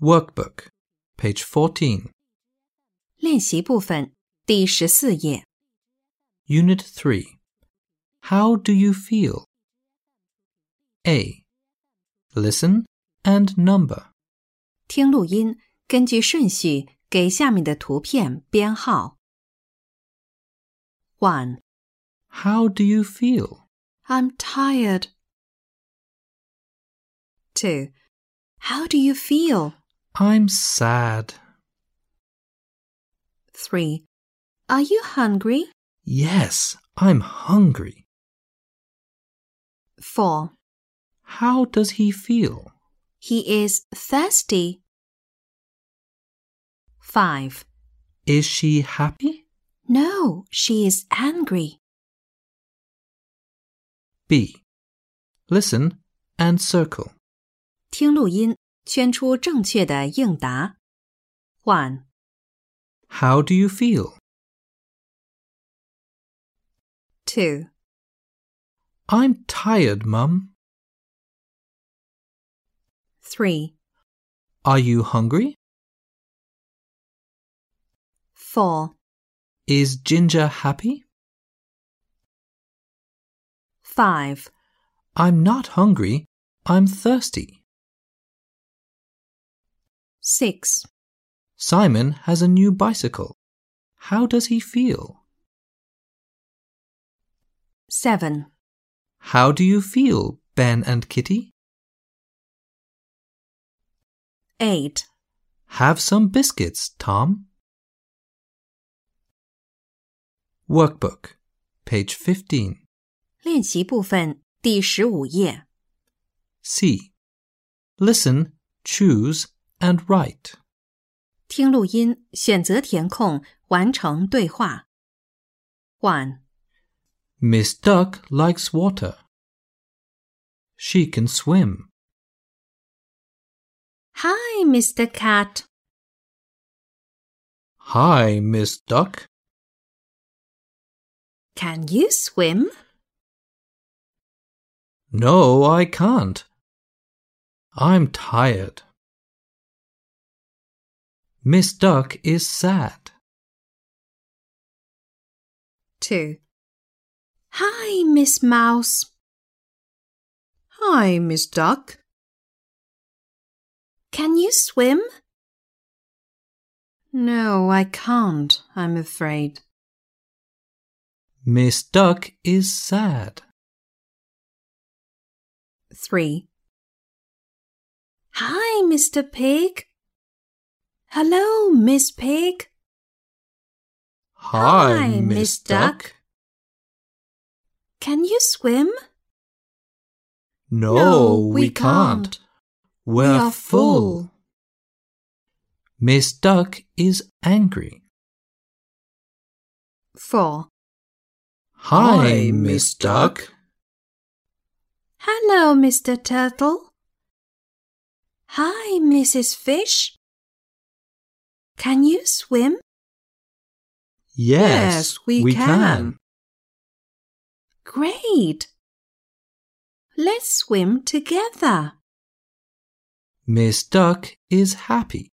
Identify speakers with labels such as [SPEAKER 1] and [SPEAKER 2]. [SPEAKER 1] Workbook, page 14,
[SPEAKER 2] 练习部分第十四页，
[SPEAKER 1] Unit 3. How do you feel? A. Listen and number.
[SPEAKER 2] 听录音，根据顺序给下面的图片编号。One,
[SPEAKER 1] How do you feel?
[SPEAKER 2] I'm tired. Two, How do you feel?
[SPEAKER 1] I'm sad.
[SPEAKER 2] Three, Are you hungry?
[SPEAKER 1] Yes, I'm hungry.
[SPEAKER 2] Four,
[SPEAKER 1] How does he feel?
[SPEAKER 2] He is thirsty. Five,
[SPEAKER 1] Is she happy?
[SPEAKER 2] No, she is angry.
[SPEAKER 1] B. Listen and circle.
[SPEAKER 2] 听录音，圈出正确的应答。One,
[SPEAKER 1] How do you feel?
[SPEAKER 2] two.
[SPEAKER 1] I'm tired, Mum.
[SPEAKER 2] 3,
[SPEAKER 1] Are you hungry?
[SPEAKER 2] 4,
[SPEAKER 1] Is Ginger happy?
[SPEAKER 2] 5,
[SPEAKER 1] I'm not hungry. I'm thirsty.
[SPEAKER 2] 6,
[SPEAKER 1] Simon has a new bicycle. How does he feel?
[SPEAKER 2] 7,
[SPEAKER 1] How do you feel, Ben and Kitty?
[SPEAKER 2] 8,
[SPEAKER 1] Have some biscuits, Tom. Workbook, page 15.
[SPEAKER 2] 练习部分第十五页。
[SPEAKER 1] C. Listen, choose, and write.
[SPEAKER 2] 听录音，选择填空，完成对话。1,
[SPEAKER 1] Miss Duck likes water. She can swim.
[SPEAKER 2] Hi, Mr. Cat.
[SPEAKER 1] Hi, Miss Duck.
[SPEAKER 2] Can you swim?
[SPEAKER 1] No, I can't. I'm tired. Miss Duck is sad.
[SPEAKER 2] 2. Hi, Miss Mouse. Hi, Miss Duck. Can you swim? No, I can't, I'm afraid.
[SPEAKER 1] Miss Duck is sad.
[SPEAKER 2] 3. Hi, Mr. Pig. Hello, Miss Pig. Hi, Miss Duck. Can you swim?
[SPEAKER 1] No, we, can't. We're,
[SPEAKER 2] are full.
[SPEAKER 1] full. Miss Duck is angry.
[SPEAKER 2] 4.
[SPEAKER 1] Hi, Miss Duck.
[SPEAKER 2] Hello, Mr. Turtle. Hi, Mrs. Fish. Can you swim?
[SPEAKER 1] Yes,
[SPEAKER 2] we
[SPEAKER 1] we,
[SPEAKER 2] can. Great. Let's swim together.
[SPEAKER 1] Miss Duck is happy.